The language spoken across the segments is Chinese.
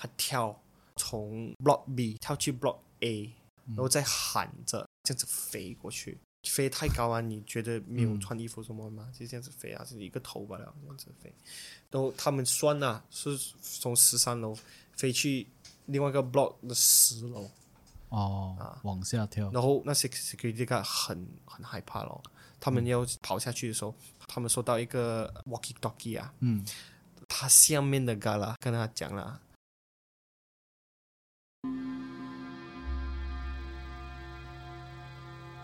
他跳从 Block B 跳去 Block A，然后再喊着这样子飞过去。飞太高啊！你觉得没有穿衣服什么吗？就这样子飞啊，就是一个头罢了，这样子飞。然后他们算啊，是从十三楼飞去另外一个 block 的十楼，哦，往下跳，然后那些 security guard 很很害怕咯。他们要跑下去的时候，他们收到一个 walkie talkie 啊，嗯，他下面的 guard 啦跟他讲了，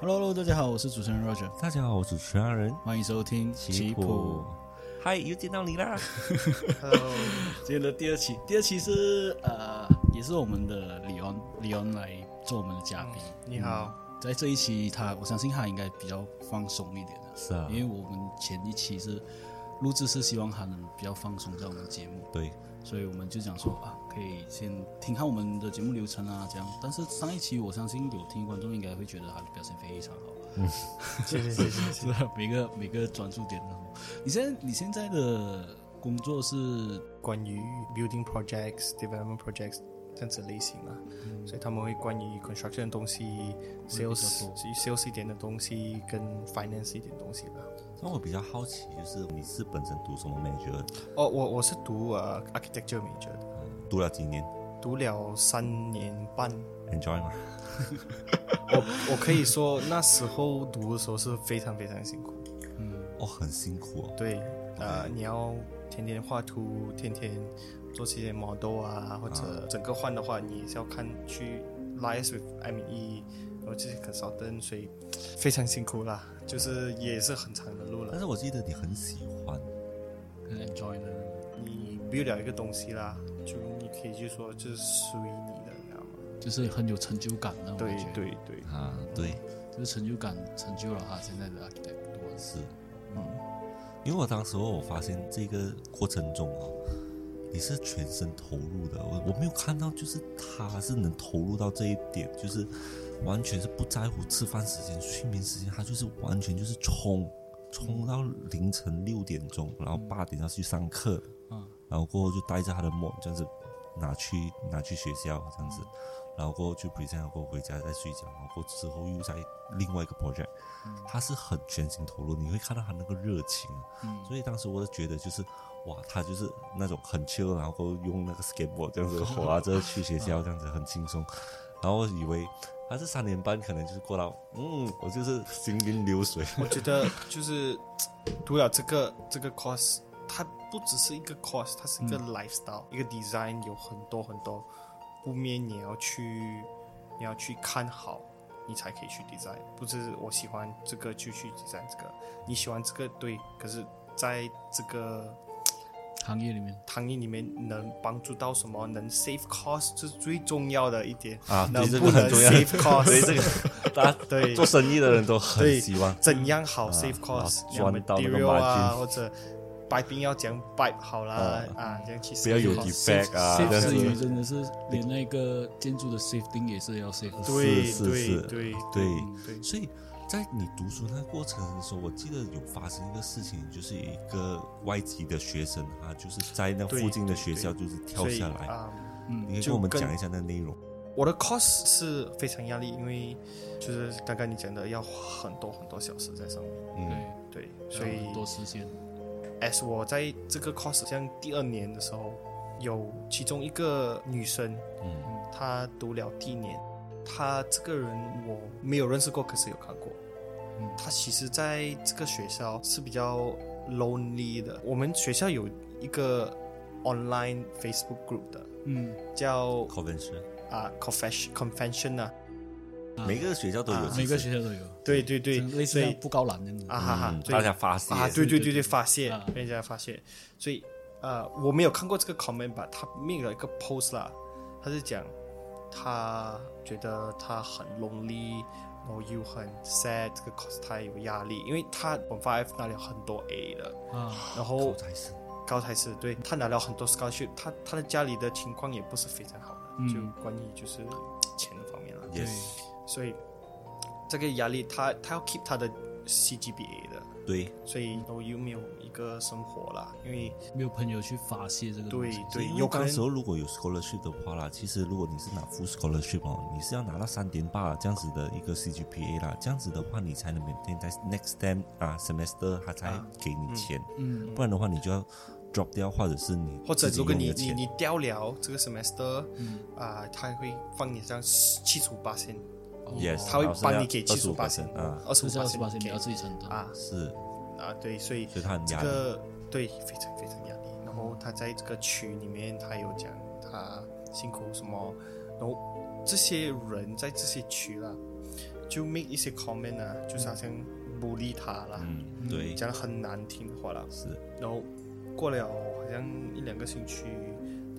Hello Hello，大家好，我是主持人 Roger，大家好，我是主持人欢迎收听棋谱谱。。嗨，又见到你啦！今天的第二期，第二期是呃，也是我们的李昂李昂来做我们的嘉宾。你好，在这一期他，我相信他应该比较放松一点的，是啊因，为我们前一期是录制是希望他能比较放松在我们的节目，对，所以我们就讲说啊，可以先听看我们的节目流程啊，这样。但是上一期我相信有听观众应该会觉得他的表现非常好，谢谢谢谢。 是啊，每个每个专注点都好。你现在你现在的工作是关于 building projects、development projects 这样子类型啊，所以他们会关于 construction 的东西、嗯较多 sales、sales 一点的东西跟 finance 一点的东西吧。那我比较好奇，就是你是本身读什么 major？哦，我我是读呃 architecture major 的，读了几年读了三年半。 ？Enjoy 吗？我我可以说那时候读的时候是非常非常辛苦，哦，很辛苦哦。对，呃，你要天天画图，天天做这些 model 啊，或者整个换的话，你是要看去 lies with ME，然后这些 consultant，所以非常辛苦啦，就是也是很长的路但了。是我记得你很喜欢，很 enjoy 的，你 build 了一个东西啦，就你可以就说就是属于你的，你知道吗？就是很有成就感的那种对感觉。对对，啊，对，就是成就感成就了他现在的 architect 的模式。是，嗯，因为我当时候我发现这个过程中哦，你是全身投入的，我我没有看到就是他是能投入到这一点，就是完全是不在乎吃饭时间、睡眠时间，他就是完全就是冲冲到凌晨六点钟，然后八点要去上课，嗯，然后过后就带着他的梦这样子拿去拿去学校这样子。然后过后去 present，然后回家再睡觉，然后过之后又在另外一个 project，、他是很全心投入，你会看到他那个热情啊。所以当时我就觉得就是哇，他就是那种很 chill，然后过后用那个 skateboard 这 样子滑着去学校，这样子很轻松。然后我以为他是三年半，可能就是过到嗯，我就是行云流水。 我觉得就是读了这个这个 course，它不只是一个 course，它是一嗯个 lifestyle，、一个 design 有很多很多负面你要去你要去看好，你才可以去 design。不是我喜欢这个就去 design 这个，你喜欢这个对，可是在这个行业里面，行业里面能帮助到什么，能 save cost 这是最重要的一点啊能 对这个不能很重要 save 所以 cost？这个大家对 做生意的人对都很希望怎样好啊 save 然后 cost，赚你要到那个 material 啊， margin 或者摆冰要讲摆好啦啊啊，这样去不要有 save cost defect 啊 safe 这之余样子。真的是连那个建筑的 safety 也是要 safe。对是对是对对，对，所以在你读书那个过程的时候，我记得有发生一个事情，就是有一个外籍的学生，他就是在那附近的学校就是跳所以下来。啊，你嗯可以跟我们讲一下那内容。我的 cost 是非常压力，因为就是刚刚你讲的要花很多很多小时在上面，嗯，对，对，所以要很多时间， as 我在这个 course 像第二年的时候，有其中一个女生，嗯，她读了第一年，她这个人我没有认识过，可是有看过。嗯她其实在这个学校是比较 lonely 的。我们学校有一个 online Facebook group 的，嗯，叫考文师，啊、confession confession 啊，每个学校都有啊，其实每个学校都有，对对对，类似所以像布告栏那种啊哈哈嗯，，所以大家发泄啊，对对对对，发泄啊，被人家发泄，所以呃，我没有看过这个 comment 吧，他没有一个 post 啦，他是讲他觉得他很 lonely，然后又很 sad，这个 cause 他有压力，因为他 o n five 那里有很多 A 的，啊，然高后材生，高材生对他拿了很多 scholarship，他他的家里的情况也不是非常好的，嗯就关于就是嘖钱的方面了，对 Yes 所以这个压力他他要 keep 他的 CGBA 的，对，所以都又没有一个生活啦，因为没有朋友去发泄这个东对西。对因为有可当能时候如果有 scholarship 的话啦，其实如果你是拿 full scholarship 哦，你是要拿到三点八这样子的一个 CGPA 啦，这样子的话你才能 maintain 在 next term 啊 semester 他才给你钱，嗯，不然的话你就要 drop 掉，或者是你或者自己如果用你的你钱嗯你掉了这个 semester，啊、他会放你这样七十五八千，哦 yes，他会帮你给七十五八八千千啊，，二十这五是二八十八线你给要自己承担。啊是，啊，对，所以所以他很这压力，个对非常非常压力。然后他在这个群里面，他有讲他辛苦什么，然后这些人在这些区啦，就 make 一些 comment 啊，就是好像鼓励他啦，嗯，对，讲得很难听的话啦。是然后过了好像一两个星期，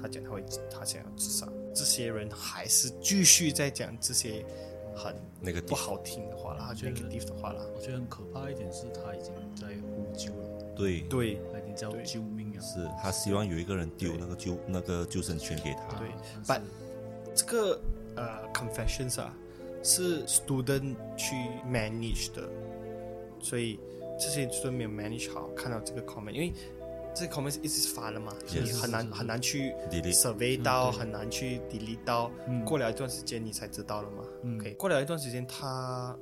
他讲他会他想要自杀，这些人还是继续在讲这些很那个地不好听的话啦，就 negative 的话啦。我觉得很可怕一点是，他已经在呼救了，对对他已经叫对救命啊！是，他希望有一个人丢那个救那个救生圈给他，对啊，但但这个呃 confessions 啊，是 student 去 manage 的，所以这些 student 没有 manage 好，看到这个 comment，因为这个 comment 是一直发的嘛，所以你 Yes 很难很难去 Delete survey 到，很难去 delete 到，嗯过了一段时间你才知道了嘛。嗯 OK，过了一段时间他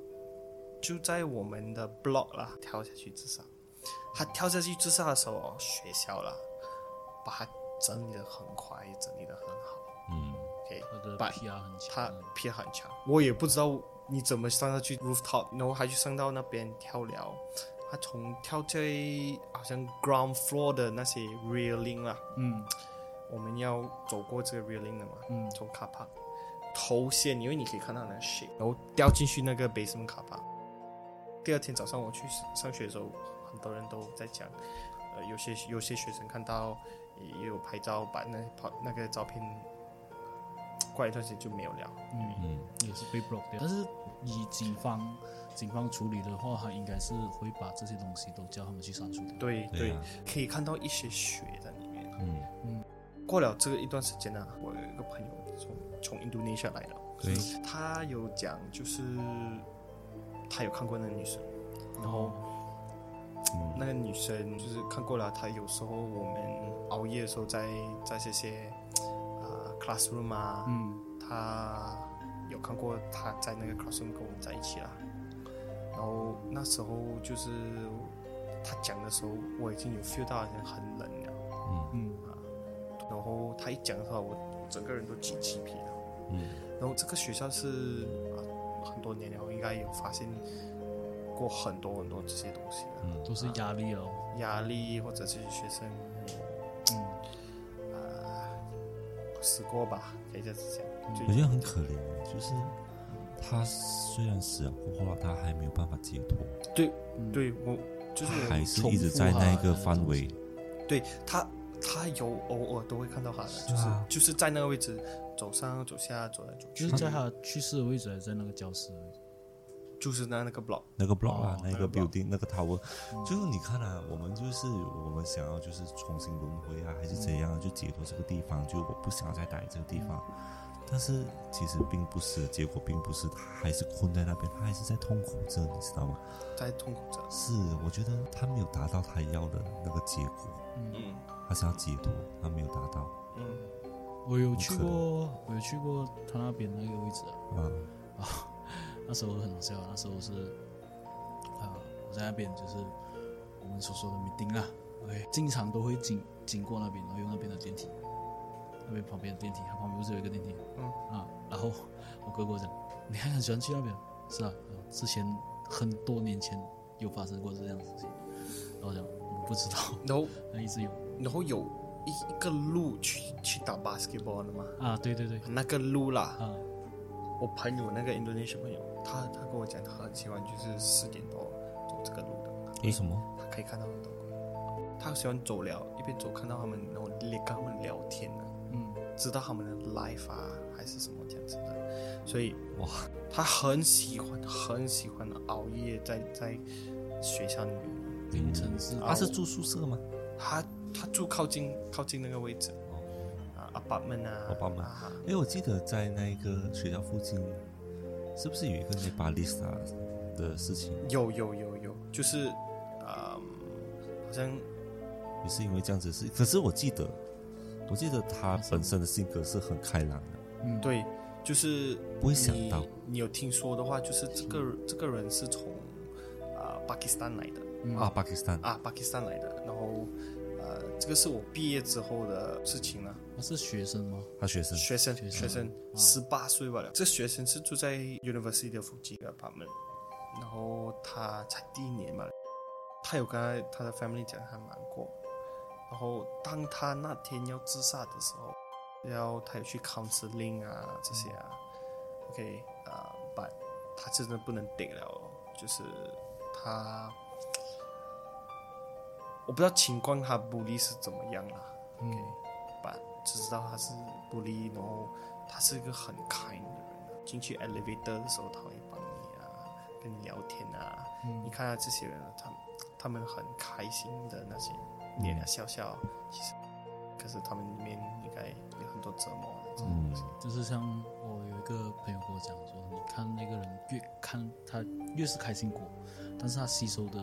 就在我们的 blog 啦跳下去自杀，他跳下去自杀的时候，哦学校啦把他整理的很快，整理的很好。嗯， OK，他的但 PR 很强，他 P 很强，我也不知道你怎么上到去 rooftop，然后还去上到那边跳了。他从跳在好像 ground floor 的那些 railing 啦，嗯我们要走过这个 railing 的嘛，嗯从卡帕头先，因为你可以看到那个 shape，然后掉进去那个 basement 卡帕。第二天早上我去上学的时候，很多人都在讲，呃，有些有些学生看到也也有拍照，把那跑那个照片，过了一段时间就没有了。嗯，嗯，也是被 block 掉。但是以警方警方处理的话，他应该是会把这些东西都叫他们去删除的。对对啊，可以看到一些血在里面。嗯，过了这个一段时间呢、啊我有一个朋友从从印度尼西亚来的，对，他有讲就是他有看过那个女生，然后嗯那个女生就是看过了，她有时候我们熬夜的时候在在这些啊、呃 classroom 啊，嗯，她有看过她在那个 classroom 跟我们在一起啦，然后那时候就是她讲的时候，我已经有 feel 到好像很冷了。嗯嗯然后他一讲的话，我整个人都起鸡皮了。嗯。然后这个学校是啊，很多年了，应该有发现过很多很多这些东西的，嗯都是压力哦。压力或者这些学生嗯，啊、呃死过吧，可以这样子讲。我觉就得很可怜，就是他虽然死了过后，他还没有办法解脱，对对，我就是他还我是一直在那一个范围。对他，他有偶尔都会看到他的，就是啊就是在那个位置走上走下走来走就去是，在他去世的位置，还是在那个教室而已。就是在那个 block。那个 block 哦，啊那个那个 block building，那个 tower，就是你看啊，我们就是我们想要就是重新轮回啊，还是怎样啊，就解脱这个地方，就我不想要再待这个地方。但是其实并不是，结果并不是，他还是困在那边，他还是在痛苦着，你知道吗？在痛苦着，是，我觉得他没有达到他要的那个结果，嗯他想要解脱，他没有达到嗯，我有去过，我有去过他那边那个位置啊。啊， 那时候很好笑，那时候是，啊、我在那边就是我们所说的 meeting 啦，OK，经常都会经经过那边，然后用那边的电梯，那边旁边的电梯，它旁边不是有一个电梯，嗯啊，然后我哥跟我讲，你还很喜欢去那边？是啊，嗯之前很多年前有发生过这样的事情，然后我讲啊嗯我不知道，然后那一直有然后有一一个路去去打 basketball 的嘛，啊，对对对，那个路啦，啊，我朋友那个 Indonesian 朋友，他他跟我讲，他很喜欢就是四点多走这个路的，为什么？他可以看到很多鬼，他喜欢走了，一边走看到他们，然后连跟他们聊天啊，嗯，知道他们的 life 啊，还是什么这样子的。所以哇，他很喜欢，很喜欢熬夜在在学校里面。凌晨是啊他嗯是住宿舍吗？他他住靠近靠近那个位置哦，啊，apartment 啊 apartment 啊因为我记得在那个学校附近，是不是有一个 Nepalista 的事情？有有有有，就是啊、好像也是因为这样子的事。可是我记得，我记得他本身的性格是很开朗的，嗯，对，就是不会想到你你有听说的话，就是这个这个人是从啊、巴基斯坦来的嗯啊，巴基斯坦啊，巴基斯坦来的，然后呃，这个是我毕业之后的事情了。他是学生吗？他学生学生学生学生啊十八岁吧了，这学生是住在 University 的附近的 a p 然后他才第一年嘛，他有跟他他的 family 讲他难过，然后当他那天要自杀的时候，然后他有去 counseling 啊这些啊，OK 啊、但他真的不能顶了哦，就是他，我不知道情况他不利是怎么样啦、嗯，吧，只知道他是不利，然后他是一个很 kind 的人。啊进去 elevator 的时候，他会帮你啊，跟你聊天啊。嗯你看到这些人，啊他们他们很开心的那些脸啊，笑笑，其实可是他们里面应该有很多折磨的这种嗯东西。就是像我有一个朋友跟我讲说，你看那个人越看他越是开心果，但是他吸收的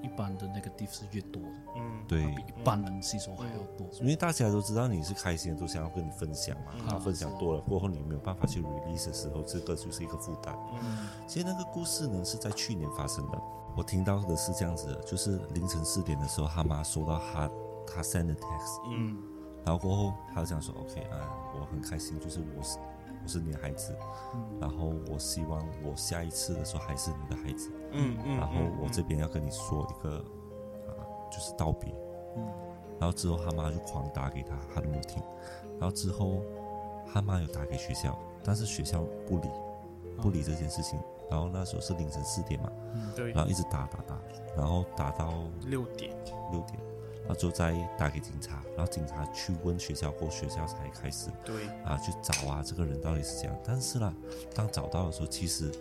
一般的 negative 是越多的，嗯，对他，比一般人吸收还要多。因为大家都知道你是开心的，都想要跟你分享嗯嘛。他分享多了过后，你没有办法去 release 的时候，这个就是一个负担。嗯其实那个故事呢是在去年发生的。我听到的是这样子的，就是凌晨四点的时候，他妈收到他他 send 的 text，嗯然后过后他就讲说 OK 啊，我很开心，就是我是我是你的孩子，嗯然后我希望我下一次的时候还是你的孩子，嗯嗯。然后我嗯这边要跟你说一个啊、就是道别，嗯然后之后他妈就狂打给他，他都没有听。然后之后他妈有打给学校，但是学校不理，不理这件事情。然后那时候是凌晨四点嘛，嗯对然后一直打打打，然后打到六点，六点，然后之后再打给警察，然后警察去问学校过后，学校才开始对啊去找啊这个人到底是怎样。但是啦，当找到的时候，其实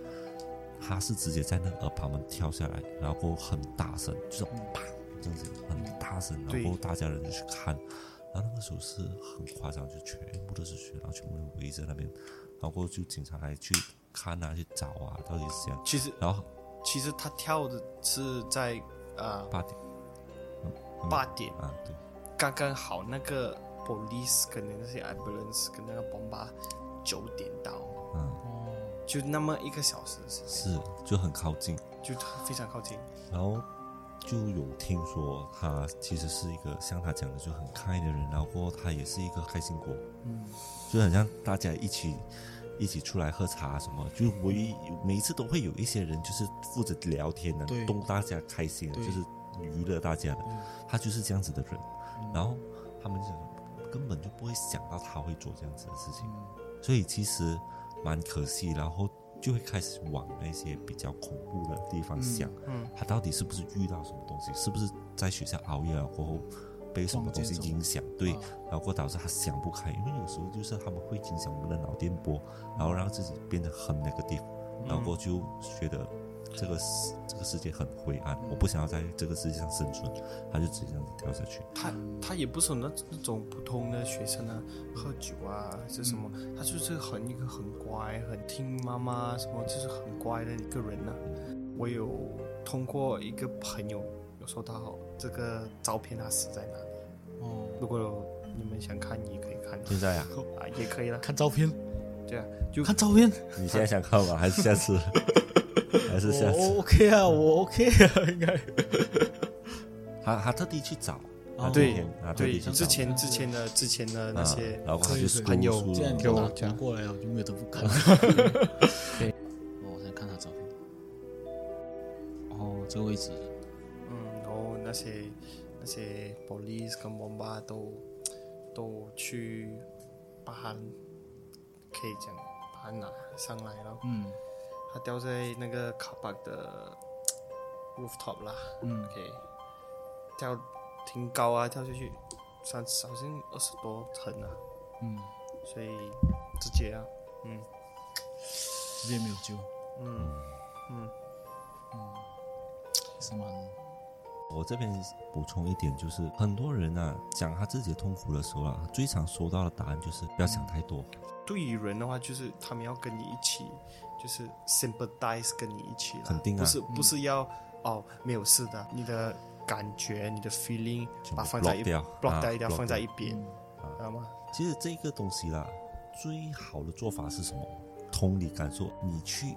他是直接在那个旁边跳下来，然后过后很大声，就是啪这样子很大声，然后对过后大家人就去看，然后那个时候是很夸张，就全部都是血，然后全部人围着那边，然后过后就警察来去看啊去找啊到底是怎样，其实然后其实他跳的是在啊八点八点，啊对。刚刚好那个 police 跟那些 ambulance 跟那个 bomba 九点到，嗯，哦就那么一个小时的时间，是就很靠近，就非常靠近。然后就有听说他其实是一个像他讲的就很开的人，然后过后他也是一个开心果，嗯就很像大家一起一起出来喝茶什么，就唯一每一次都会有一些人就是负责聊天的对，逗大家开心的，对就是娱乐大家的，他就是这样子的人，然后他们就想根本就不会想到他会做这样子的事情。嗯所以其实蛮可惜，然后就会开始往那些比较恐怖的地方想，嗯他到底是不是遇到什么东西，是不是在学校熬夜了过后被什么东西影响，对，啊然后过后导致他想不开，因为有时候就是他们会影响我们的脑电波，然后让自己变得很那个地方，然后过后就觉得。这个世这个世界很灰暗，我不想要在这个世界上生存，他就直接这样子掉下去。他他也不是那那种普通的学生啊，喝酒啊还是什么，他就是很一个很乖，很听妈妈什么，就是很乖的一个人呐、我有通过一个朋友有收到这个照片，他死在哪里？哦，如果你们想看，也可以看现在啊，啊，也可以啦。看照片，对啊，就看照片，你现在想看吗？还是下 次？还是下次？我 OK 啊，我 OK 啊，应该。他他特地去找，他哦特对地他特啊对地去找之前之前的之前的那些啊，然后他可以就可以朋友既然你给都我拿讲拿过来了，我就没有得不看。对，我想看他照片。哦，这个位置，嗯，然后那些那些 police 跟 bomba 都都去把他可以讲把他拿上来了，嗯他掉在那个卡巴的 rooftop 啦嗯，OK，掉挺高啊，跳下去三好像二十多层啊，嗯所以直接啊，嗯直接没有救，嗯嗯，是蛮我这边补充一点，就是很多人啊讲他自己的痛苦的时候啊，最常收到的答案就是不要想太多。对于人的话，就是他们要跟你一起，就是 sympathize 跟你一起啦，肯定啊不是不是要、哦没有事的，你的感觉、你的 feeling 全部把它放在一 block 掉 block 啊掉一定要 block 放在一掉边，嗯知道吗？其实这个东西啦，最好的做法是什么？同理感受，你去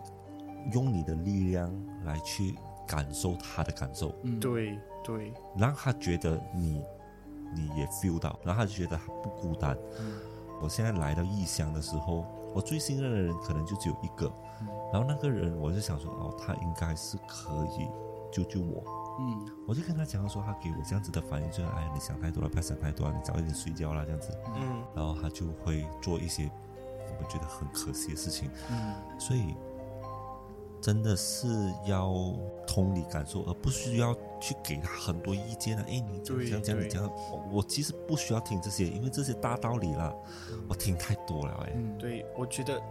用你的力量来去感受他的感受，嗯对对，让他觉得你你也 feel 到，然后他就觉得他不孤单。嗯我现在来到异乡的时候，我最信任的人可能就只有一个，嗯然后那个人我就想说，哦，他应该是可以救救我。嗯我就跟他讲说，他给我这样子的反应，就是哎，你想太多了，不要想太多了，你早一点睡觉啦，这样子。嗯然后他就会做一些我们觉得很可惜的事情，嗯所以真的是要同理感受，而不需要去给他很多意见啊。哎，你讲对讲讲，对你讲，我我其实不需要听这些，因为这些大道理啦，我听太多了哎。嗯，对，我觉得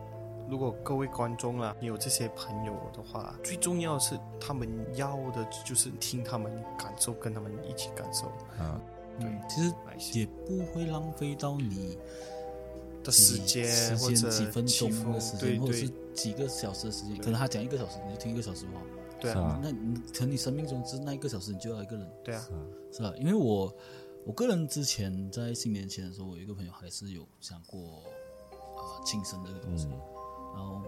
如果各位观众啊有这些朋友的话，最重要的是他们要的就是听他们感受，跟他们一起感受啊，对，嗯其实来也不会浪费到你的几时间时或者间几分钟的时间，或对者是对几个小时的时间，对可能他讲一个小时，你就听一个小时吧。对是啊啊那你可能你生命中只那一个小时，你就要一个人，对啊，是吧？因为我我个人之前在新年前的时候，我有一个朋友还是有想过啊、呃轻生这个东西，嗯然后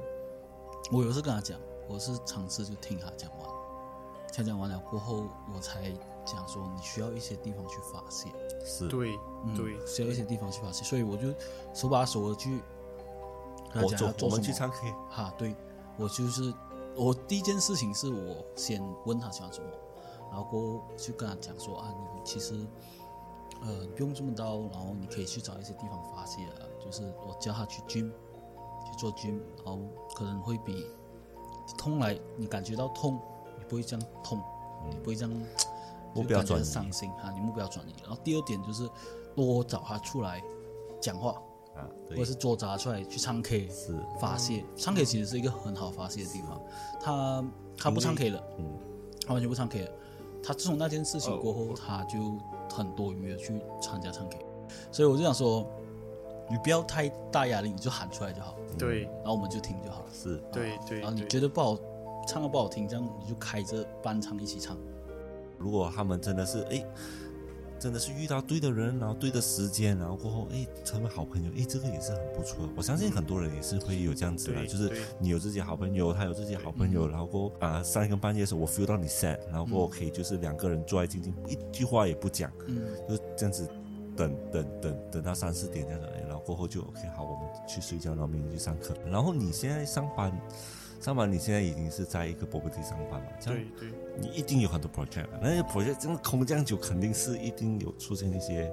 我有一次跟他讲，我是尝试就听他讲完，他讲完了过后，我才讲说你需要一些地方去发泄，是，对嗯对，需要一些地方去发泄，所以我就手把手的去跟他我讲要走，我做们什去么唱 K，哈，对，我就是我第一件事情是我先问他喜欢什么，然后过后去跟他讲说啊，你其实呃你不用这么刀，然后你可以去找一些地方发泄啊，就是我叫他去 gym 去做 gym，然后可能会比痛来你感觉到痛，你不会这样痛，你不会这样就嗯目标感觉转移伤心啊，你目标转移。然后第二点就是多找他出来讲话，啊，或对者，是做杂出来去唱 K。是，嗯发泄，唱 K 其实是一个很好发泄的地方。他他不唱 K 了，嗯，他完全不唱 K 了。他自从那件事情过哦后，他就很多余的去参加唱 K，所以我就想说，你不要太大压力，你就喊出来就好，对然后我们就听就好了。是，对对然后你对觉得不好，唱的不好听，这样你就开着伴唱一起唱。如果他们真的是哎，真的是遇到对的人，然后对的时间，然后过后哎成为好朋友，哎这个也是很不错的。我相信很多人也是会有这样子的，对就是对嗯你有自己的好朋友，他有自己的好朋友，然后过后啊、三更半夜的时候我 feel 到你 sad，然后过后可以就是两个人坐在静静，一句话也不讲，嗯，就这样子等等等等到三四点这样子，哎然后过后就 OK 好，我们去睡觉，然后明天去上课。然后你现在上班，上班你现在已经是在一个 property 上班了，这样对对你一定有很多 project，啊那些 project 真的空降久，肯定是一定有出现一些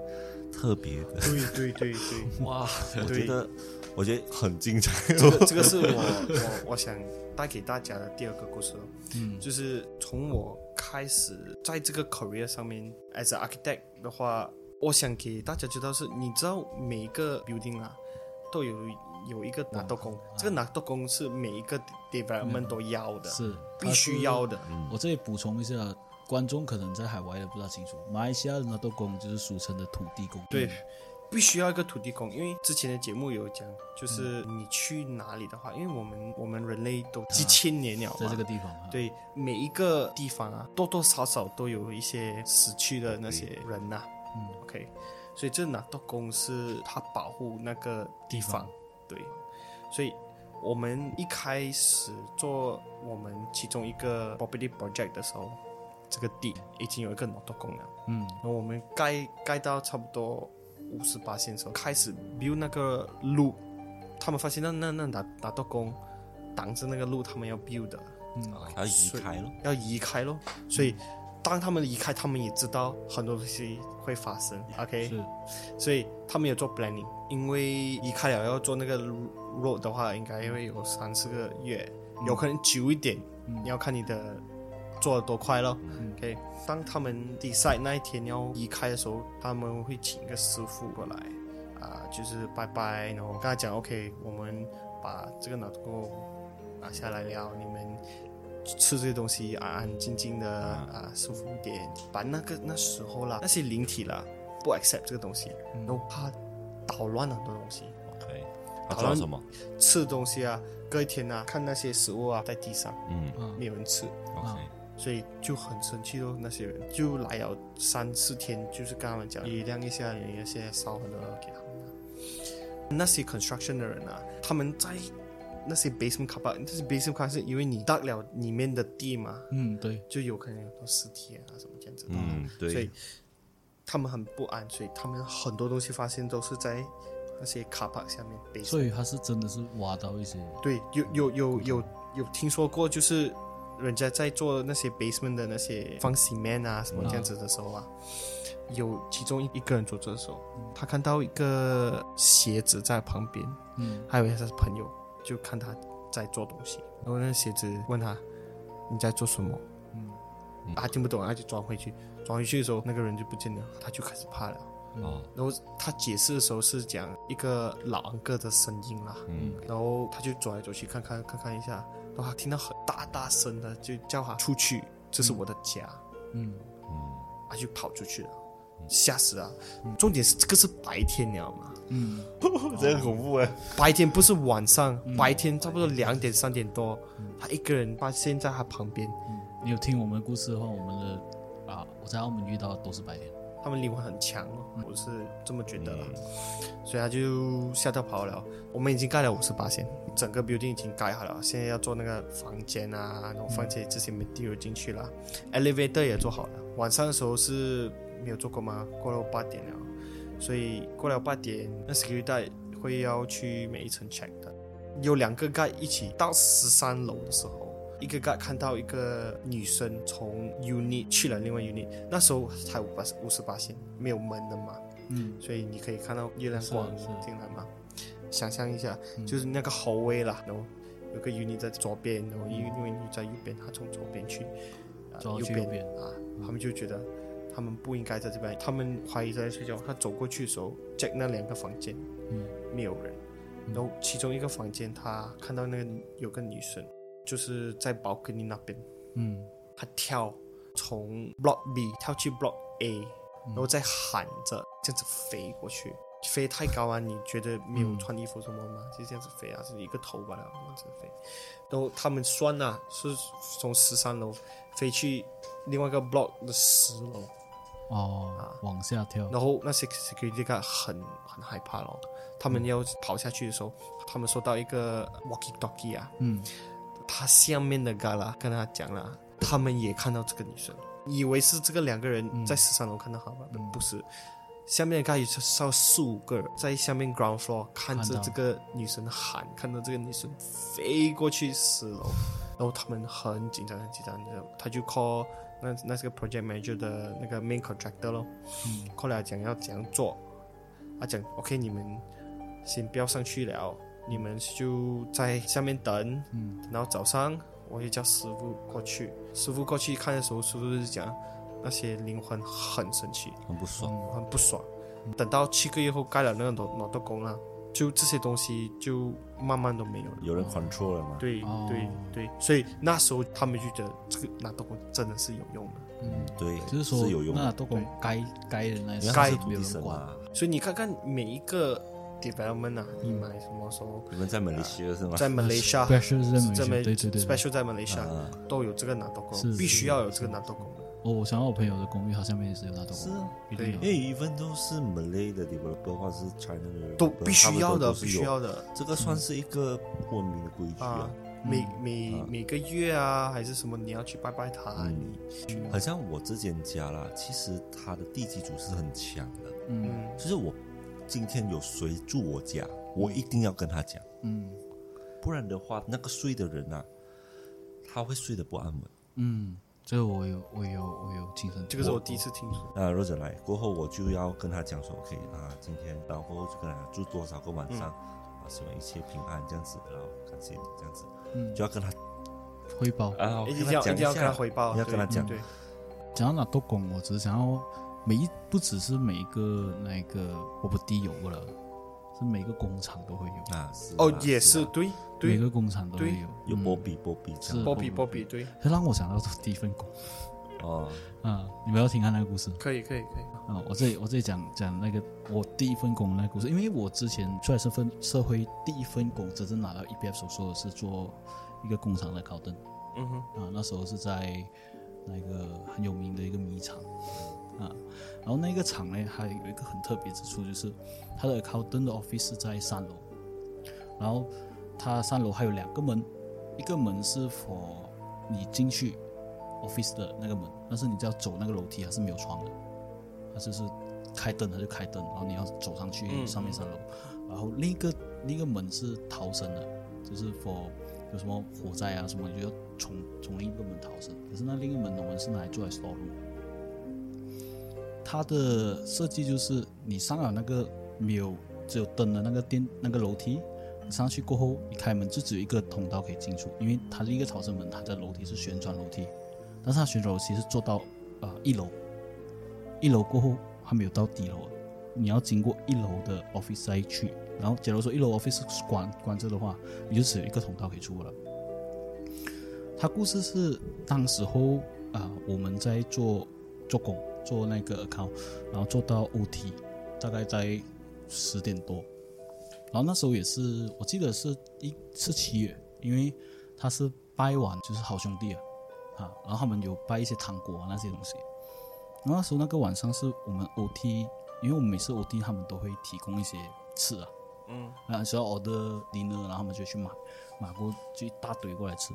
特别的。对对对对。哇， 我对觉得我觉得很精彩。这个这个是我我我想带给大家的第二个故事，嗯，就是从我开始在这个 career 上面，as an architect 的话，我想给大家知道是，你知道每一个 building 啊，都有有一个拿豆工，这个拿豆工是每一个 development 都要的，嗯是必须要的，我这里补充一下，观众可能在海外的不大清楚，马来西亚的纳豆工就是俗称的土地公。对，必须要一个土地公，因为之前的节目有讲，就是嗯你去哪里的话，因为我们我们人类都几千年了嘛，在这个地方啊，对每一个地方啊，多多少少都有一些死去的那些人呐、嗯，OK，所以这拿豆公是它保护那个地方，对，所以我们一开始做我们其中一个 property project 的时候，这个地已经有一个拿豆公了。嗯然后我们盖盖到差不多五十八线的时候，开始 build 那个路，他们发现那那那拿拿到工挡着那个路，他们要 build 的，嗯啊要移开咯，要移开咯。所以当他们移开，他们也知道很多东西会发生。OK，是所以他们有做 planning，因为移开了要做那个 road 的话，应该会有三四个月，有可能久一点，你要看你的做的多快咯。OK，当他们 decide 那一天要移开的时候，他们会请一个师傅过来啊、就是拜拜，然后我跟他讲 OK，我们把这个脑够拿下来了，你们吃这些东西安安静静的啊、舒服一点。把那个那时候啦，那些灵体啦不 accept 这个东西，然后怕捣乱很多东西， ，OK，他知道什么？吃东西啊，隔一天啊，看那些食物啊在地上嗯没有人吃， ，OK，所以就很生气咯。那些人就来了三四天，就是跟他们讲哎原谅一下，原谅一些烧很多给他们啊。那些 construction 的人啊，他们在那些 basement car park，那些 basement car 是因为你 d 了里面的地嘛，嗯，对，就有可能有很多尸体啊什么这样子的。嗯，所对以，他们很不安，所以他们很多东西发现都是在那些 car park 下面 basement。所以他是真的是挖到一些，对，有有有有有听说过，就是人家在做那些 basement 的那些放 cement 啊什么这样子的时候啊，有其中一个人做这的时候，他看到一个鞋子在旁边，嗯，还以为他是朋友，就看他在做东西，然后那鞋子问他你在做什么，嗯，他听不懂，他就装回去，装回去的时候那个人就不见了，他就开始怕了。嗯哦，然后他解释的时候是讲一个老昂哥的声音啦，嗯，然后他就走来走去看看看看一下，然后他听到很大大声的就叫他出去，这是我的家，嗯，嗯，啊他就跑出去了，吓死了。重点是这个是白天，你知道吗？嗯， 真的很恐怖嗯哎，白天不是晚上，白天差不多两点三点多，他一个人发现在他旁边，你有听我们的故事的话，我们的啊，我在澳门遇到的都是白天，他们灵魂很强哦，我是这么觉得啦，所以他就吓到跑了。我们已经盖了五十八线，整个 building 已经盖好了，现在要做那个房间啊，然后放些这些 material 进去了，elevator 也做好了。晚上的时候是没有做过吗？过了八点了，所以过了八点，那 security guard 会要去每一层 check 的。有两个 guy 一起到十三楼的时候，一个 guy 看到一个女生从 unit 去了另外 unit，那时候才五八五十八线，没有门的嘛，嗯，所以你可以看到月亮光是啊嗯是进来嘛。想象一下，就是那个侯威啦，然后有个 unit 在左边，然后一个 unit 在右边，他从左边去，啊走到右去右边啊，他们就觉得他们不应该在这边，他们怀疑在睡觉。他走过去的时候，check 那两个房间，嗯，没有人，然后其中一个房间他看到那个有个女生，就是在 balcony 那边，嗯，他跳从 Block B 跳去 Block A，然后再喊着这样子飞过去，飞太高啊！你觉得没有穿衣服什么吗？就这样子飞啊，是一个头吧了，这样子飞。然后他们算啊，是从十三楼飞去另外一个 Block 的十楼，哦，往下跳，然后啊那些 security guard 很很害怕咯。他们要跑下去的时候，他们收到一个 walkie talkie 啊，嗯，他下面的旮旯跟他讲了，他们也看到这个女生，以为是这个两个人在十三楼看到他们，不是。下面的旮旯有至少四五个人在下面 ground floor 看着看到这个女生喊，看到这个女生飞过去十楼，然后他们很紧张，很紧张，很紧张他就 call 那那是个 project manager 的那个 main contractor 咯，嗯、call 了讲要怎样做，他讲 OK 你们先不要上去了，你们就在下面等，嗯，然后早上我就叫师傅过去，师傅过去看的时候，师傅就是讲那些灵魂很生气，很不爽，很不爽。等到七个月后盖了那个脑脑豆工了，就这些东西就慢慢都没有了。有人 control 了嘛，对哦对对，所以那时候他们就觉得这个纳豆工真的是有用的。嗯对，嗯就是说有用那的，都公该该人来因为说他该是是土没有地人神管，嘛，所以你看看每一个 development 啊，你买什么时候你们在马来西亚是吗？啊在啊 Malaysia 嗯 对，是是在这么 Mal- 一对对对对。 special 在 Malaysia 都有这个纳豆工，是必须要有这个纳豆工的。哦，我想到我朋友的公寓，好像面也是有那种，是啊一定因有为一分都是 Malay 的 developer 或者是 China 的 developer，都必须要他们都的，都是必须有要的这个算是一个文明的规矩啊啊。！嗯每每每个月啊，还是什么，你要去拜拜他，嗯你好像我这间家啦，其实它的地基组是很强的。嗯就是我今天有谁住我家，我一定要跟他讲，嗯不然的话，那个睡的人啊，他会睡得不安稳。嗯，这个我有我有我有亲身，这个是我第一次听说。那若者来过后，我就要跟他讲说，OK 啊，今天然后就跟他住多少个晚上、嗯啊，希望一切平安这样子，然后感谢你这样子，嗯就要跟他汇报。啊，我一跟定他要讲一定要下跟他回报，你要跟他对讲对，讲到拿多拱，我只是想要每一不只是每一个那一个我不地有了，是每个工厂都会有，啊，是哦啦，也是是啦对每对，个工厂都会有有嗯波比波比这是样波波比比波比对，这让我想到第一份工哦，啊！你们要听他那个故事可以可以可以，啊！我这里我这里讲讲那个我第一份工的那个故事，因为我之前出来社会社会第一份工真正拿到 E EPF 手说的是做一个工厂的烤灯嗯哼，啊，那时候是在那个很有名的一个米厂啊，然后那个厂呢，它有一个很特别之处，就是它的烤灯的 office 是在三楼，然后它三楼还有两个门，一个门是 for 你进去 office 的那个门，但是你只要走那个楼梯，它是没有窗的，它就是开灯它就开灯，然后你要走上去嗯上面三楼，然后另一个另一个门是逃生的，就是 for 有什么火灾啊什么，你就要从从另一个门逃生。可是那另一个门呢，我们是拿来做来 store room。它的设计就是你上了那个没有只有灯的那个电那个楼梯，你上去过后，你开门就只有一个通道可以进出，因为它是一个逃生门，它的楼梯是旋转楼梯，但是它旋转楼梯是做到啊、呃一楼，一楼过后还没有到底楼，你要经过一楼的 office 再去。然后，假如说一楼 office 是关关着的话，你就只有一个通道可以出了。他故事是当时候啊、我们在做做工，做那个 account，然后做到 OT，大概在十点多。然后那时候也是，我记得是一是七月，因为他是拜完就是好兄弟啊，啊，然后他们有拜一些糖果啊那些东西。然后那时候那个晚上是我们 OT，因为我们每次 OT 他们都会提供一些吃啊，嗯，啊，只要 order dinner，然后他们就去买，买过就一大堆过来吃。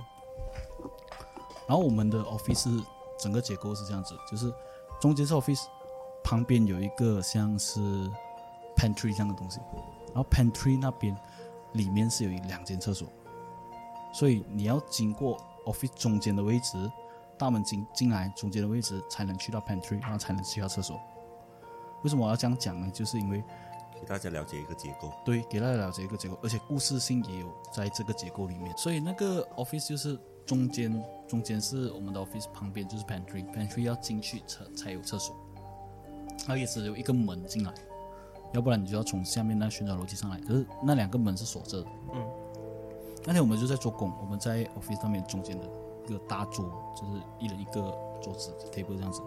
然后我们的 office 整个结构是这样子，就是中间是 office，旁边有一个像是 pantry 这样的东西，然后 pantry 那边里面是有两间厕所，所以你要经过 office 中间的位置，大门进进来中间的位置才能去到 pantry，然后才能去到厕所。为什么我要这样讲呢？就是因为给大家了解一个结构，对，给大家了解一个结构，而且故事性也有在这个结构里面。所以那个 office 就是中间，中间是我们的 office，旁边就是 pantry，pantry 要进去厕才有厕所，它也只有一个门进来，要不然你就要从下面那旋转楼梯上来。可是那两个门是锁着的。嗯。那天我们就在做工，我们在 office 上面中间的一个大桌，就是一人一个桌子 table 这样子，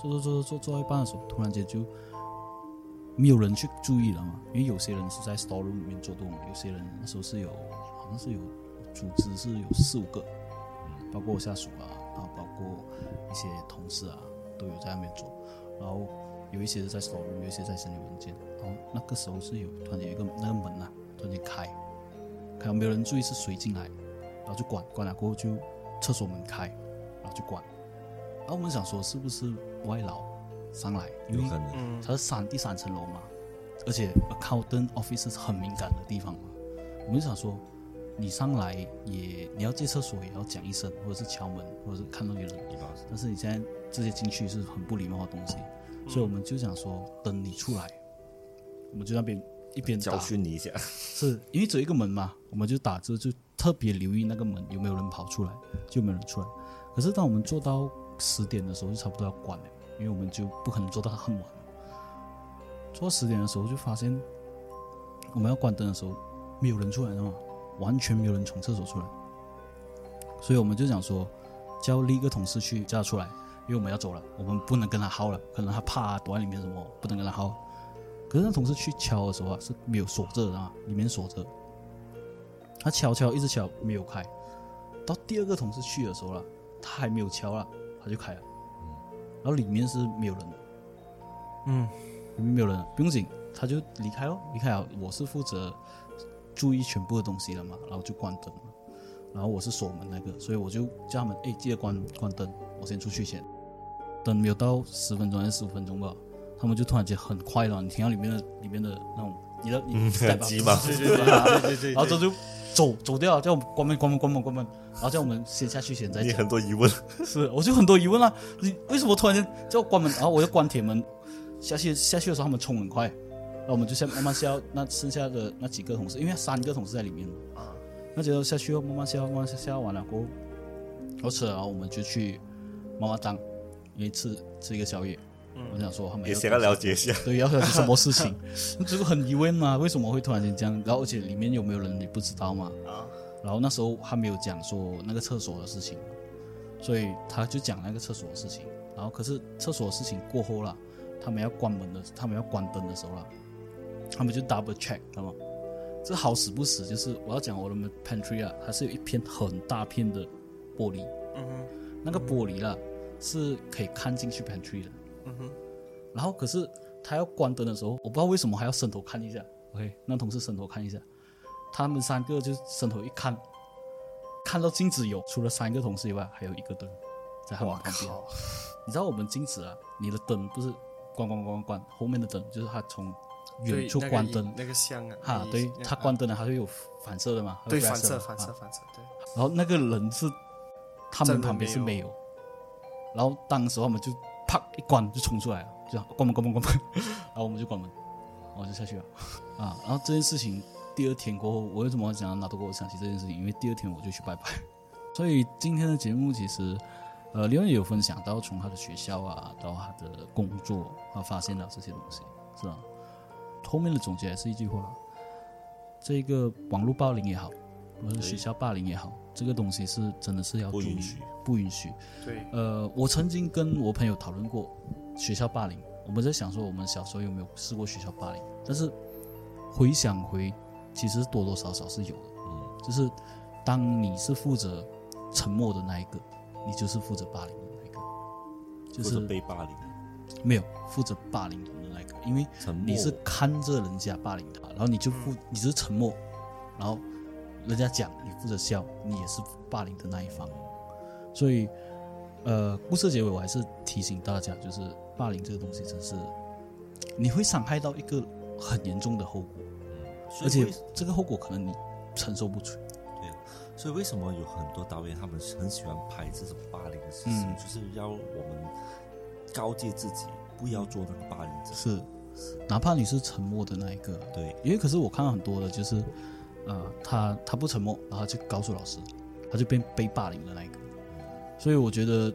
做做做做做到一半的时候，突然间就没有人去注意了嘛，因为有些人是在 store room 里面做动物，有些人那时候是有，好像是有组织是有四五个，包括我下属啊，然后包括一些同事啊，都有在那边做，然后有一些是在 store room，有一些在整理文件，然后那个时候是有突然间有一个那个门啊，突然间开，开到没有人注意是谁进来，然后就关，关了过后就厕所门开，然后就关，然后我们想说是不是外劳上来，因嗯有为可能它是三第三层楼嘛，而且 accountant office 是很敏感的地方嘛。我们就想说，你上来也你要借厕所也要讲一声，或者是敲门，或者是看到有人，一把手但是你现在直接进去是很不礼貌的东西，所以我们就想说，等你出来，我们就那边一边打教训你一下，是因为只有一个门嘛，我们就打字就特别留意那个门有没有人跑出来，就没有人出来。可是当我们做到十点的时候，就差不多要关了，因为我们就不可能做到很晚。做到十点的时候，就发现我们要关灯的时候，没有人出来的嘛，完全没有人从厕所出来，所以我们就想说，叫另一个同事去叫他出来，因为我们要走了，我们不能跟他耗了，可能他怕、躲在里面什么，不能跟他耗。可是那同事去敲的时候啊，是没有锁着的啊，里面锁着。他敲敲一直敲没有开，到第二个同事去的时候了，啊他还没有敲了，他就开了。然后里面是没有人的，嗯，里面没有人了，不用紧，他就离开咯，离开了。我是负责注意全部的东西了嘛，然后就关灯了。然后我是锁门那个，所以我就叫他们，哎，记得关关灯，我先出去先。等没有到十分钟还是十五分钟吧，他们就突然间很快了，你听到里面的里面的那种，你的你很急忙对对对对对 对，然后这就走走掉，叫我们关门关门关门关门，然后叫我们先下去先再你讲。很多疑问，是，我就很多疑问啦，你为什么突然间叫我关门？然后我就关铁门，下去下去的时候他们冲很快，然后我们就先慢慢消那剩下的那几个同事，因为三个同事在里面嘛，啊那就下去哦，慢慢消慢慢消消完了过后，然后吃了，然后我们就去妈妈档，因为吃吃一个宵夜，我想说他们也要想要做了解一下。对，要了解什么事 情，这个很疑问嘛，为什么会突然间这样？然后而且里面有没有人你不知道嘛？啊，然后那时候还没有讲说那个厕所的事情，所以他就讲那个厕所的事情。然后可是厕所的事情过后了，他们要关门的，他们要关灯的时候了，他们就 double check，知道吗？这好死不死，就是我要讲我们 pantry 啊，它是有一片很大片的玻璃，嗯哼，那个玻璃啦是可以看进去 pantry 的。嗯哼，然后可是他要关灯的时候，我不知道为什么还要伸头看一下。OK，那同事伸头看一下，他们三个就伸头一看，看到镜子有，除了三个同事以外，还有一个灯在他们我旁边。靠，你知道我们镜子啊，你的灯不是关关关关，后面的灯就是他从远对处那个关一灯，那个像啊，哈，一对那他啊关灯了，他会有反射的嘛，它会对反 flash 的射嘛反啊射反射，对，然后那个人是他们旁边是没真的没有，然后当时我们就啪一关就冲出来了，就这样关门关门关门， 然后我们就关门，然后就下去了啊。然后这件事情第二天过后，我为什么要讲拿多过我想起这件事情？因为第二天我就去拜拜。所以今天的节目其实，呃，刘也有分享到从他的学校啊，到他的工作啊，发现了这些东西，是吧？后面的总结还是一句话：这个网络霸凌也好，或者是学校霸凌也好，这个东西是真的是要不注允意许，不允许。对，呃，我曾经跟我朋友讨论过学校霸凌，我们在想说我们小时候有没有试过学校霸凌，但是回想回，其实多多少少是有的。嗯，就是当你是负责沉默的那一个，你就是负责霸凌的那一个，就或是者被霸凌，没有负责霸凌人的那一个，因为沉默。你是看着人家霸凌他，然后你就嗯负，你只是沉默，然后人家讲你负责笑，你也是霸凌的那一方，所以，呃，故事结尾我还是提醒大家，就是霸凌这个东西真是，你会伤害到一个很严重的后果，所以而且为这个后果可能你承受不住。所以为什么有很多导演他们很喜欢拍这种霸凌的事情，嗯就是要我们告诫自己不要做那个霸凌者。是，哪怕你是沉默的那一个，对，因为可是我看到很多的，就是，呃，他他不沉默，然后就告诉老师，他就变被霸凌的那一个。所以我觉得，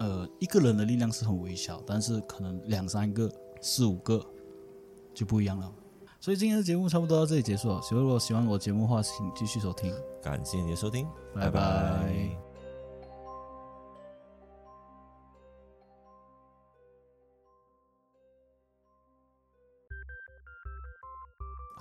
呃，一个人的力量是很微小，但是可能两三个、四五个就不一样了。所以今天的节目差不多到这里结束了。如果喜欢我的节目的话，请继续收听，感谢你的收听，拜拜